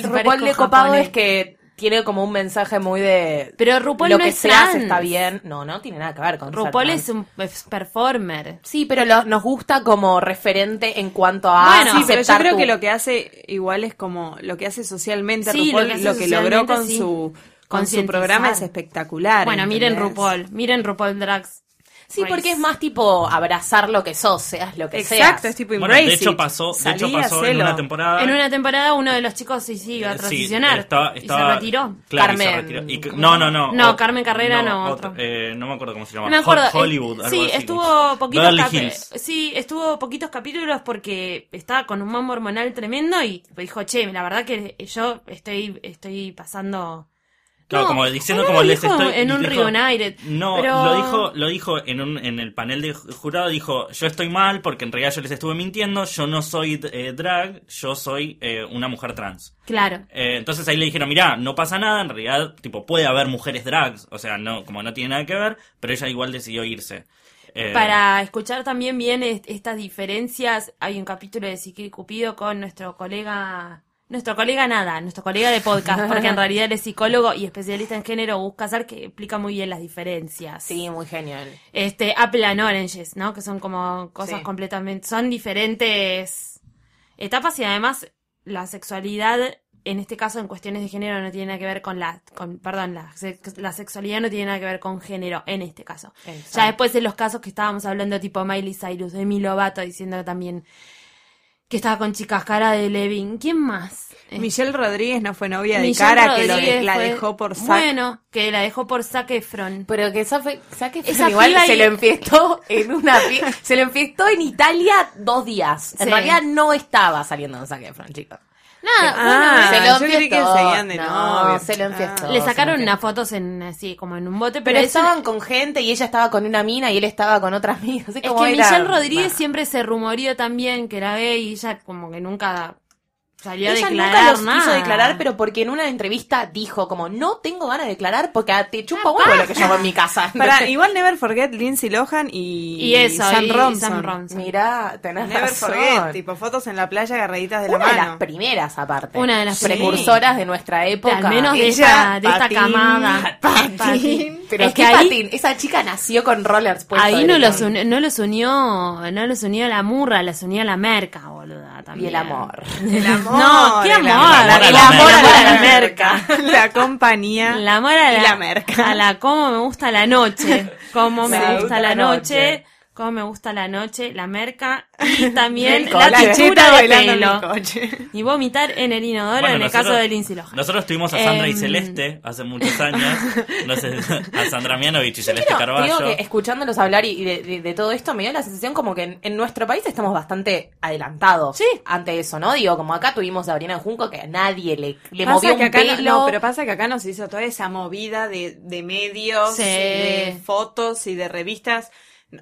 Parezco RuPaul de copado japonés. es que tiene como un mensaje muy de Pero RuPaul lo no que es se trans. hace está bien. No, no tiene nada que ver con ser RuPaul trans. es un es performer. Sí, pero lo- nos gusta como referente en cuanto a Bueno, Ah, sí, pero yo aceptar creo tu- que lo que hace igual es como lo que hace socialmente Sí, RuPaul, lo que hace logró socialmente, con sí. su con su Concientizar. programa es espectacular. Bueno, miren ¿entendés? RuPaul, miren RuPaul Drags. Sí, Race. porque es más tipo abrazar lo que sos, seas lo que Exacto, es seas. tipo Bueno, embrace de hecho it. pasó, de hecho Salí, pasó en hacelo. una temporada. En una temporada uno de los chicos sí, sí iba a Ah. eh, sí, transicionar estaba- y se estaba- retiró. claro, y se Carmen. retiró. Y que- no, no, no. No, o- Carmen Carrera no, otra- otro. eh, no me acuerdo cómo se llama. No me acuerdo. Ho- Hollywood. eh, algo sí, así. estuvo poquitos Beverly cap- Hills. eh, Sí, estuvo poquitos capítulos porque estaba con un mambo hormonal tremendo y dijo, "Che, la verdad que yo estoy estoy pasando Claro, No, como diciendo no como lo les dijo estoy en un dijo- Reunited, No, pero- lo dijo, lo dijo en un, en el panel de ju- jurado dijo, "Yo estoy mal porque en realidad yo les estuve mintiendo, yo no soy eh, drag, yo soy eh, una mujer trans." Claro. Eh, entonces ahí le dijeron, mirá, no pasa nada, en realidad, tipo, puede haber mujeres drags, o sea, no, como no tiene nada que ver, pero ella igual decidió irse. Eh, Para escuchar también bien est- estas diferencias, hay un capítulo de Psique y Cupido con nuestro colega, nuestro colega nada, nuestro colega de podcast, porque en realidad él es psicólogo y especialista en género, Gus Casar, que explica muy bien las diferencias. Sí, muy genial. Este, Apple and Oranges, ¿no? Que son como cosas Sí. completamente, son diferentes etapas y además la sexualidad, en este caso en cuestiones de género, no tiene nada que ver con la, con, perdón, la, sex- la sexualidad no tiene nada que ver con género, en este caso. Ya después en los casos que estábamos hablando, tipo Miley Cyrus, Demi Lovato, diciendo también que estaba con chicas cara de Levin. ¿Quién más? Eh, Michelle Rodríguez no fue novia de Michelle cara que lo de- Rodríguez la fue- dejó por saco. Bueno, que la dejó por Zac Efron. Pero que saque Esa igual piba se y- lo enfiestó en una fie- se lo enfiestó en Italia dos días. En Sí. realidad no estaba saliendo de Saque Fran, chicos. Nada, Ah, bueno, se lo yo creí que enfiestó. seguían de no, novios. se lo enfiestó. Ah. Le se sacaron lo unas fotos en así como en un bote, pero, Pero es una- estaban con gente y ella estaba con una mina y él estaba con otras minas. Es, es como que era- Michelle Rodríguez Bah. siempre se rumoreó también que era gay y ella como que nunca salió a Ella declarar nunca los nada. quiso declarar, pero porque en una entrevista dijo como no tengo ganas de declarar porque a- te chupa huevo lo que llamo en mi casa. Para, igual Never Forget Lindsay Lohan y, y eso, Sam y Ronson. Sam Ronson. Mirá, tenés Never razón. Forget, tipo fotos en la playa agarraditas de una la de las mano. primeras aparte. Una de las Sí. primeras. precursoras de nuestra época. Al menos de Ella, esta, de esta patín, camada. patín. Pero es que ahí, ahí, esa chica nació con rollers puestos. ahí de no, los derecho. un- no los unió, no los unió la murra, las unió la merca, boluda, Y también. el amor. El amor, No, qué el amor. amor a el la amor a merca. la merca. La compañía. La amor a Y la, la merca. A la cómo me gusta la noche. Cómo me Sí, gusta la noche. Cómo me gusta la noche. La merca. Y también Nico, la la textura cheta de bailando en mi pelo. coche. Y vomitar en el inodoro bueno, en el nosotros- caso de Lindsay Lohan. Nosotros tuvimos a Sandra y Em, Celeste hace muchos años. no sé, a Sandra Mianovich y Celeste Bueno, Carballo. Digo que escuchándolos hablar y y de, de- de todo esto me dio la sensación como que en, en nuestro país estamos bastante adelantados Sí. ante eso, ¿no? Digo, como acá tuvimos a Briana Junco que a nadie le, le Pasa movió que un acá no- pelo. no, pero pasa que acá nos hizo toda esa movida de, de medios, Sí. y de fotos y de revistas.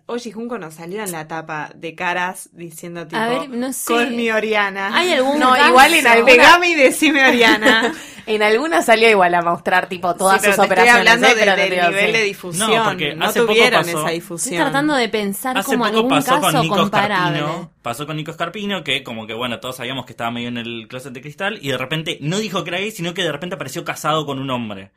Oye, Junco nos salió en la tapa de caras diciendo tipo, A ver, no sé. con mi Oriana. Hay algún No, caso? igual en alguna- Pegame y decime Oriana. En alguna salió igual a mostrar tipo todas Sí, pero sus te operaciones. Estoy hablando ¿eh? de- Pero no del te digo, nivel sí. de difusión. No, No, porque hace poco tuvieron pasó- esa Estoy difusión. tratando de pensar Hace como poco algún pasó con caso Nico comparable. Scarpino. Pasó con Nico Scarpino, que como que bueno, todos sabíamos que estaba medio en el closet de cristal. Y de repente no dijo que era gay, sino que de repente apareció casado con un hombre.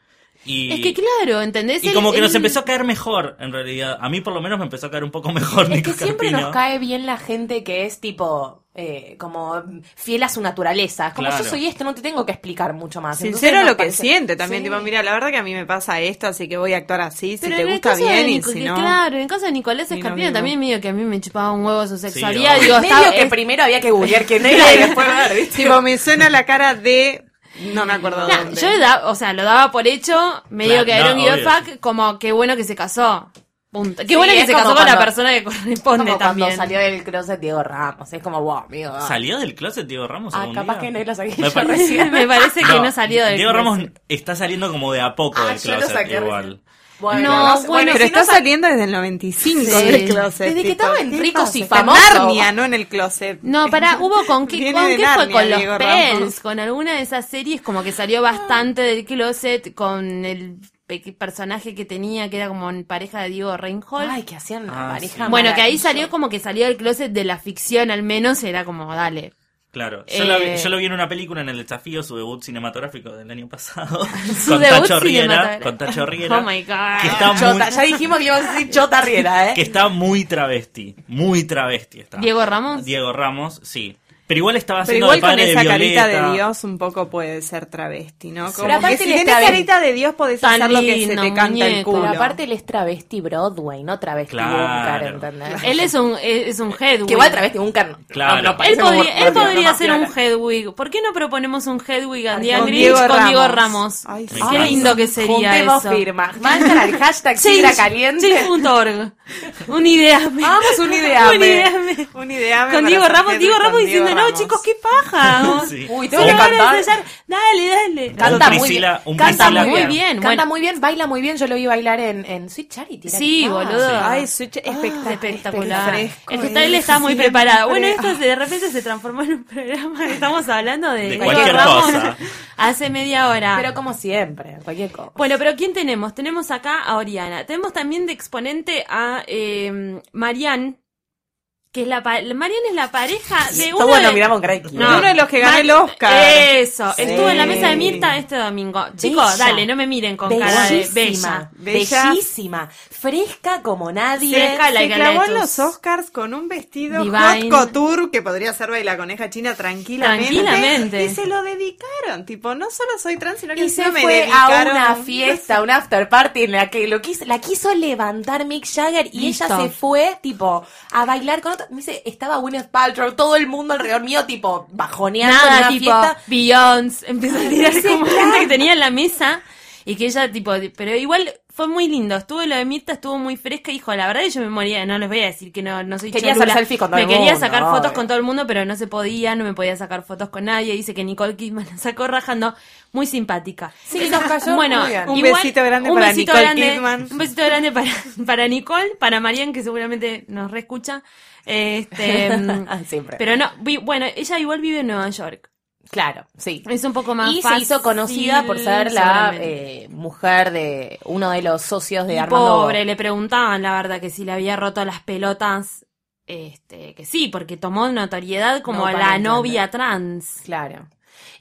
Y, Es que claro, ¿entendés? y Él- como que nos él- empezó a caer mejor, en realidad. A mí por lo menos me empezó a caer un poco mejor Es Nico que siempre Scarpino. nos cae bien la gente que es tipo eh, como fiel a su naturaleza. Es como Claro. yo soy esto, no te tengo que explicar mucho más. Entonces Sincero nos lo que parece- siente también, Sí. tipo, mira, la verdad que a mí me pasa esto, así que voy a actuar así, si Pero te en el gusta caso de bien y Nico- si que no. Claro, en caso de Nicolás Ni lo Escarpino mismo. también medio que a mí me chupaba un huevo su sexualidad. obvio. digo, Medio estaba- que es- primero había que googlear quién era y después ver, ¿viste? Tipo, me suena la cara de no me acuerdo Nah, dónde. yo da- o sea, lo daba por hecho, medio Claro, que era no, un give obvio, a fuck, como qué bueno que se casó. Punto. Qué Sí, bueno que es se como casó con la cuando- persona que Como corresponde cuando también. salió del closet Diego Ramos. Es como, wow, amigo. ah. ¿Salió del closet Diego Ramos? Ah, algún capaz día? que no lo saqué Me yo parece- recién. Me parece que no salió del Diego Ramos closet. está saliendo como de a poco Ah, del yo lo closet saqué igual. Bueno, No, no sé, bueno, pero si está no sa- saliendo desde el 95 Sí. del closet. Desde que tipo, estaba en ¿qué Ricos pasa? y Está en Famosos. Narnia, no en el closet. No, pará, hubo con qué, Viene con de qué fue Narnia, con los Diego Ramos. Pels, con alguna de esas series como que salió bastante del closet, con el pe- personaje que tenía, que era como en pareja de Diego Reinhold. Ay, que hacían una Ah, pareja. sí. bueno, que ahí maravillosa. salió como que salió del closet de la ficción, al menos, era como, dale. Claro, yo, la vi, Eh, yo lo vi en una película en el desafío, su debut cinematográfico del año pasado, Su con, debut Tacho Riera, cinematográfico. con Tacho Riera, Oh my God. que está muy, Chota, ya dijimos que íbamos a decir Chota Riera, ¿eh? que está muy travesti, muy travesti está. Diego Ramos. Diego Ramos, sí. Pero igual estaba Pero haciendo igual de con padre esa de Violeta. carita de Dios un poco puede ser travesti, ¿no? Como Pero aparte que si le tenés está bien. carita de Dios podés Tan hacer lo que se lindo, te canta el muñeco. culo. Pero aparte él es travesti Broadway, no travesti Claro. Bunker, ¿entendés? Él es un, es un Hedwig. Que igual travesti Bunker no. Claro. no, no, Él parece un podría, él gordito, podría no, ser claro. un Hedwig. ¿Por qué no proponemos un Hedwig a Diane Con Grinch Diego con Diego Ramos. Ramos? Ay, Me qué encanta. lindo que sería Juntemos eso. firmas. Mandan al hashtag sidra Change- caliente. change.org. Un ideame. Vamos, un ideame. Un ideame. Un ideame Con para Diego hacer Ramos, Hedwig Diego con Ramos Diego diciendo, no, Ramos". chicos, qué paja. Sí. Uy, Solo tengo que van a cantar. ensayar. Dale, dale. Canta muy Priscila- bien. un canta Priscila- muy bien. bien, Canta bueno. muy bien, baila muy bien. Yo lo vi bailar en, en Sweet Charity. era Sí, que- ah, boludo. Ay, Switch espectacular. espectacular. Fresco, el él eh, está muy siempre. preparado. Bueno, esto se- de repente se transformó en un programa que estamos hablando de, De Diego cualquier Ramos cosa. hace media hora. Pero como siempre, cualquier cosa. Bueno, pero ¿quién tenemos? Tenemos acá a Oriana. Tenemos también de exponente a eh, Marianne, que es la pa- Marianne es la pareja de Esto uno bueno, de... miramos Greg. No. De uno de los que ganó Ma- el Oscar. Eso, Sí. estuvo en la mesa de Mirta este domingo. Chicos, Bella. dale, no me miren con cara de bella. Bella. Bellísima. Fresca como nadie. Fresca la Se que habla de clavó en tus- los Oscars con un vestido Divine. hot couture que podría ser baila coneja china tranquilamente. Tranquilamente. Y se lo dedicaron. Tipo, no solo soy trans, sino que Y se encima me fue a dedicaron. una fiesta, un after party en la que lo quiso, la quiso levantar Mick Jagger y Listo. ella se fue, tipo, a bailar con otro. Me dice, estaba Gwyneth Paltrow, todo el mundo alrededor mío, tipo, bajoneando en Nada, una tipo, fiesta. Beyoncé, empezó a tirar como gente que tenía en la mesa y que ella, tipo, pero igual fue muy lindo. Estuvo lo de Mirta, estuvo muy fresca. Hijo, la verdad, yo me moría, no les voy a decir que no, no soy Quería cholula. hacer selfie con todo Me el quería mundo, sacar obvio. fotos con todo el mundo, pero no se podía, no me podía sacar fotos con nadie. Dice que Nicole Kidman la sacó rajando. Muy simpática. Sí, nos cayó bueno, muy bien. Un besito grande para Nicole Kidman. Un besito grande para, para Nicole, para Marian, que seguramente nos reescucha. Este, mm, Siempre. Pero no, vi- bueno, ella igual vive en Nueva York. Claro, sí. Es un poco más Y se fácil, hizo conocida por ser la seguramente. eh, mujer de uno de los socios de Y Armando. Pobre, le preguntaban la verdad que si le había roto las pelotas. Este, que sí, porque tomó notoriedad como No, para la entender. novia trans. Claro.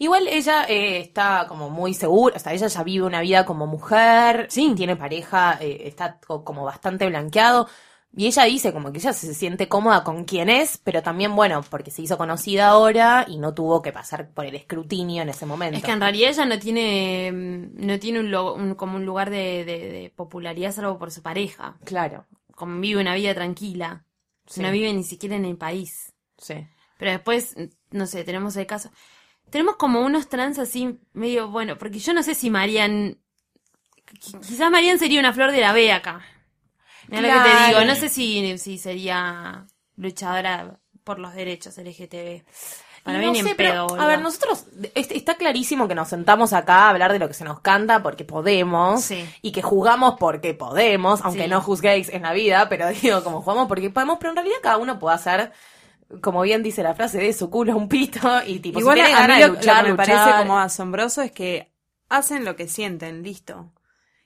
Igual ella eh, está como muy segura, o sea, ella ya vive una vida como mujer, sí. tiene pareja, eh, está co- como bastante blanqueado. Y ella dice como que ella se siente cómoda con quien es, pero también, bueno, porque se hizo conocida ahora y no tuvo que pasar por el escrutinio en ese momento. Es que en realidad ella no tiene, mm, no tiene un, lo- un- como un lugar de, de- de popularidad salvo por su pareja. Claro, Como vive una vida tranquila. Sí. No vive ni siquiera en el país. sí. Pero después, no sé, tenemos el caso. Tenemos como unos trans así, medio bueno, porque yo no sé si Marian. qui- Quizás Marian sería una flor de la B acá. Mirá lo que te Claro. digo. No sé si, si sería luchadora por los derechos LGTB. Para Y mí no ni en sé, pero, pedo, boludo. a ver, nosotros es- está clarísimo que nos sentamos acá a hablar de lo que se nos canta porque podemos Sí. y que jugamos porque podemos, aunque Sí. no juzguéis en la vida, pero digo, como jugamos porque podemos, pero en realidad cada uno puede hacer, como bien dice la frase, de su culo un pito y tipo, Igual si tiene a mí ganas lo, de luchar, lo que me luchar. parece como asombroso es que hacen lo que sienten, listo.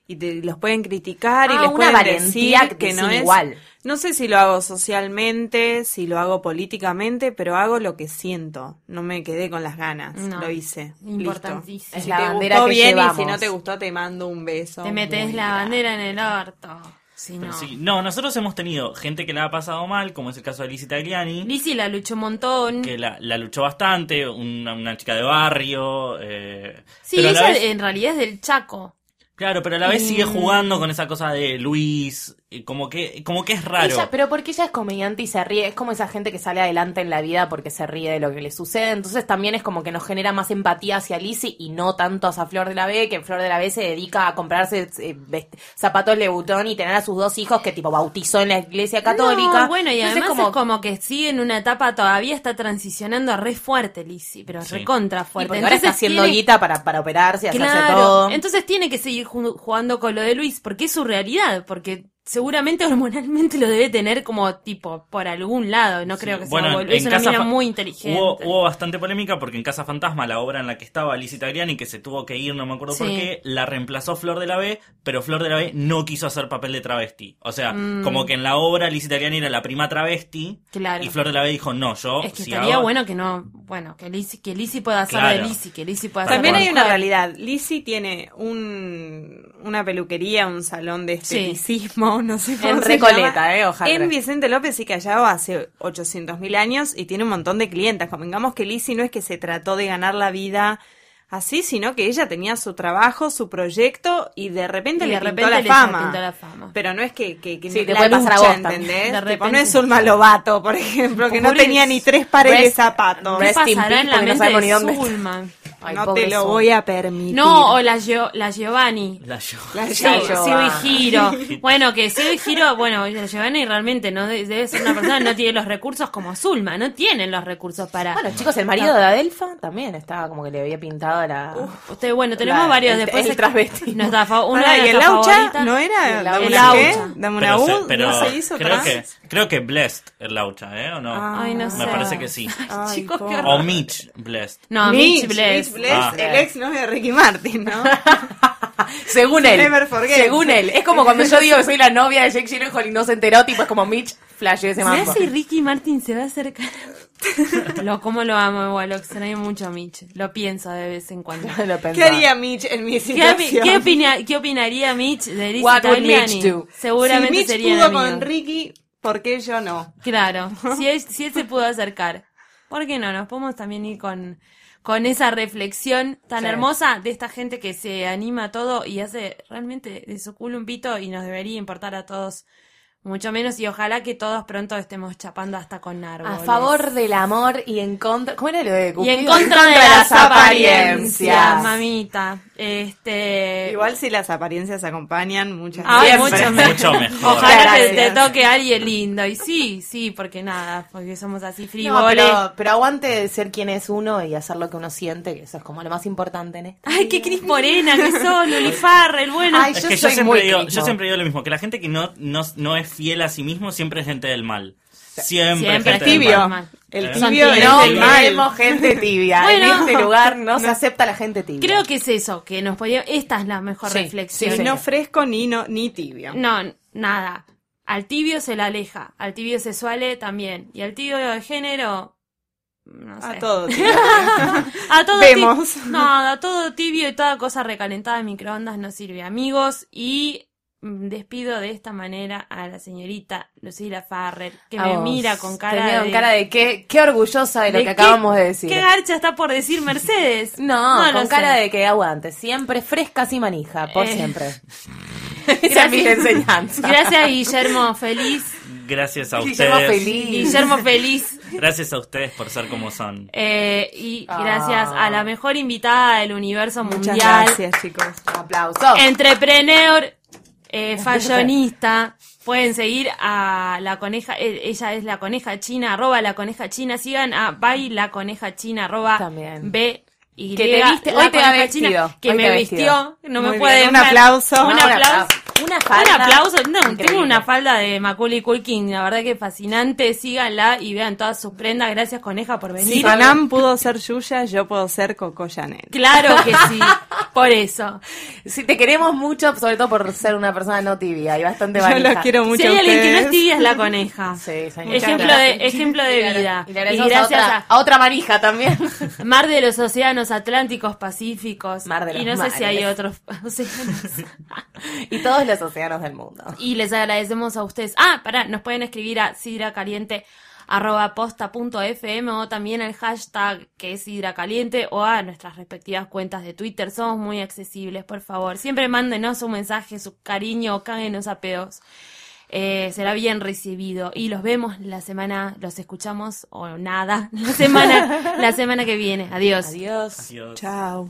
Y te- los pueden criticar y Ah, les una pueden valentía que decir que no sin es. igual. No sé si lo hago socialmente, si lo hago políticamente, pero hago lo que siento. No me quedé con las ganas, No. lo hice. Listo. Importantísimo. Es Si la te bandera gustó que bien llevamos. y si no te gustó te mando un beso. Te metes muy la grande. bandera en el orto. Si no. Pero sí, no, nosotros hemos tenido gente que la ha pasado mal, como es el caso de Lizzie Tagliani. Lizzy la luchó un montón. que la, la luchó bastante, una, una chica de barrio. eh, Sí, pero a la ella vez- en realidad es del Chaco. Claro, pero a la vez sigue jugando con esa cosa de Luis, eh, como que, como que es raro. Ella- pero porque ella es comediante y se ríe, es como esa gente que sale adelante en la vida porque se ríe de lo que le sucede, entonces también es como que nos genera más empatía hacia Lizzie y no tanto hacia Flor de la B, que Flor de la B se dedica a comprarse eh, vest- zapatos de butón y tener a sus dos hijos que tipo bautizó en la iglesia católica. No, bueno, y Entonces además es como... que sigue en una etapa, todavía está transicionando re fuerte, Lizzy, pero Sí. re contra y fuerte. porque ahora está haciendo tiene- guita para, para operarse, hacerse Claro, todo. entonces tiene que seguir ju- jugando con lo de Luis, porque es su realidad, porque seguramente hormonalmente lo debe tener como tipo por algún lado. No creo que sea Bueno, boludo. Es en una Casa mina Fa- muy inteligente. Hubo, hubo bastante polémica porque en Casa Fantasma, la obra en la que estaba Alicia Tagliani, que se tuvo que ir, no me acuerdo por Sí. qué, la reemplazó Flor de la B, pero Flor de la B no quiso hacer papel de travesti. O sea, como que en la obra Alicia Tagliani era la prima travesti Mm. Claro. y Flor de la B dijo, no, yo... Es que si estaría hago- bueno que no, bueno, que Lizzie, que Lizzie pueda hacer Claro. de Lizzie, que Lizzie pueda Tal También hacer de hay una mujer. realidad. Lizzie tiene un, una peluquería, un salón de Sí. esteticismo, no sé cómo En se llama. Recoleta, eh, ojalá. En Vicente López y Callao hace 800.000 años y tiene un montón de clientas. Convengamos que Lizzie no es que se trató de ganar la vida así, sino que ella tenía su trabajo, su proyecto y de repente, Y le, de pintó repente la le fama. pintó la fama. Pero no es que, que, que Sí, te la puede pasar a lucha, vos también. ¿entendés? De Tipo, no repente. es un malobato, por ejemplo, que no Pobre- tenía ni tres pares de Rest- zapatos. ¿Qué Rest in pasará peace, en la porque no mente sabemos ni de dónde está. Zulma? Ay, no pobre te lo Sol. voy a permitir. No, o la, Gio- la Giovanni. La yo- La Sí, Giovanni. Seo y Giro. Bueno, que Seo y Giro, bueno, la Giovanni realmente no de- debe ser una persona que no tiene los recursos como Zulma, no tienen los recursos para. Bueno, chicos, el marido de Adelfa también estaba como que le había pintado la. Usted, bueno, tenemos La- varios el- después. el es- travesti. Nos da fa- una Pará, de ¿y el nuestras laucha favoritas. no era? El ¿Dame una laucha. qué? Laucha. ¿Dame una Pero, se- U? pero ¿No se hizo creo, atrás? que, creo que Blessed es Laucha, ¿eh? ¿O no? Ay, no sé. me parece que sí. Ah. Ay, Chicos, cómo. qué horror. O Mitch Blessed. No, Mitch, Mitch Bless. Mitch Bless, Ah. el ex novio de Ricky Martin, ¿no? Según él. Never forget. Según él. Es como cuando yo digo que soy la novia de Jake Gyllenhaal y no se enteró, tipo, es como Mitch flasheó ese Se me mambo. hace Ricky Martin se va a acercar. lo, como lo amo igual, lo extraño mucho a Mitch. Lo pienso de vez en cuando. Lo ¿Qué pensaba. haría Mitch en mi ¿Qué, opi- situación? qué opina- qué opinaría Mitch de Lizzie What would Mitch Tagliani? do? Seguramente si Mitch sería pudo amigo. con Ricky, ¿por qué yo no? Claro, si él, si él se pudo acercar. ¿Por qué no? Nos podemos también ir con, con esa reflexión tan Sí. hermosa de esta gente que se anima a todo y hace realmente de su culo un pito y nos debería importar a todos mucho menos y ojalá que todos pronto estemos chapando hasta con A árboles. favor del amor y en contra. ¿Cómo era lo de y Cupido? en contra de las apariencias, apariencias. mamita. Este, Igual si las apariencias acompañan, muchas Ay, veces. mucho mejor. Mucho mejor. Ojalá que te Gracias. toque alguien lindo. Y sí, sí, porque nada, porque somos así No, frivoles. pero, pero aguante de ser quien es uno y hacer lo que uno siente, que eso es como lo más importante en esto. Ay, qué Cris Morena, que sos, Luli Farrell, bueno. Ay, Es yo que yo soy muy siempre, digo, Crismo. yo siempre digo lo mismo, que la gente que no, no, no es fiel a sí mismo siempre es gente del mal. Siempre, Siempre es gente es del tibio. mal. El Eh, tibio es No el mal. queremos gente tibia. Bueno. en este lugar no, se acepta la gente tibia. Creo que es eso, que nos podía... Esta es la mejor Sí, reflexión. Ni no fresco ni, no, ni tibio. No, nada. Al tibio se la aleja, al tibio sexual eh, también. Y al tibio de género... No sé. A todo tibio. A todo Vemos. ti- No, a todo tibio y toda cosa recalentada de microondas no sirve, amigos. Y mm, despido de esta manera a la señorita Lucila Farrell, que A me vos. mira con Te mira cara con de... cara de qué, qué orgullosa de lo ¿De que qué- acabamos de decir. ¿Qué garcha está por decir Mercedes? no, lo con cara sé. de que aguante. Siempre frescas y manija, por Eh. siempre. Esa es mi enseñanza. Gracias, Guillermo Feliz. Gracias a Guillermo ustedes. Feliz. Guillermo Feliz. Gracias a ustedes por ser como son. Eh, y Ah. gracias a la mejor invitada del universo Muchas mundial. gracias, chicos. Aplausos. Entrepreneur, eh, fashionista. Pueden seguir a la coneja, eh, ella es la coneja china, arroba la coneja china. Sigan a by la coneja china, arroba También. B. Y Que te viste- la hoy te va Coneja vestido, China, que hoy me te va vistió, vestido. no Muy me bien, puede un dejar- aplauso. Un Un aplauso. Una falda. Un aplauso. No, tengo ah, Increíble. una falda de Macaulay Culkin, la verdad que fascinante. Síganla y vean todas sus prendas. Gracias, Coneja, por venir. Si Panam pudo ser Yuya, yo puedo ser Coco Chanel. Claro que sí, por eso. Sí, te queremos mucho, sobre todo por ser una persona no tibia y bastante Yo manija. los quiero mucho. si hay a alguien que no es ustedes. tibia es la coneja. Sí, señor. Ejemplo Muchas de, gracias. ejemplo Y de le- vida. Y, Y, le agradecemos gracias a, otra, a, a otra manija también. Mar de los Océanos Atlánticos, Pacíficos. Mar de los y no sé si mares. hay otros océanos. y todos los océanos del mundo. y les agradecemos a ustedes. Ah, pará, nos pueden escribir a sidracaliente arroba posta punto fm o también al hashtag que es sidracaliente o a nuestras respectivas cuentas de Twitter. Somos muy accesibles, por favor. Siempre mándenos un mensaje, su cariño o cáguenos a pedos. Eh, será bien recibido y los vemos la semana, los escuchamos o nada la semana, la semana que viene. Adiós. Adiós. Adiós. Chao.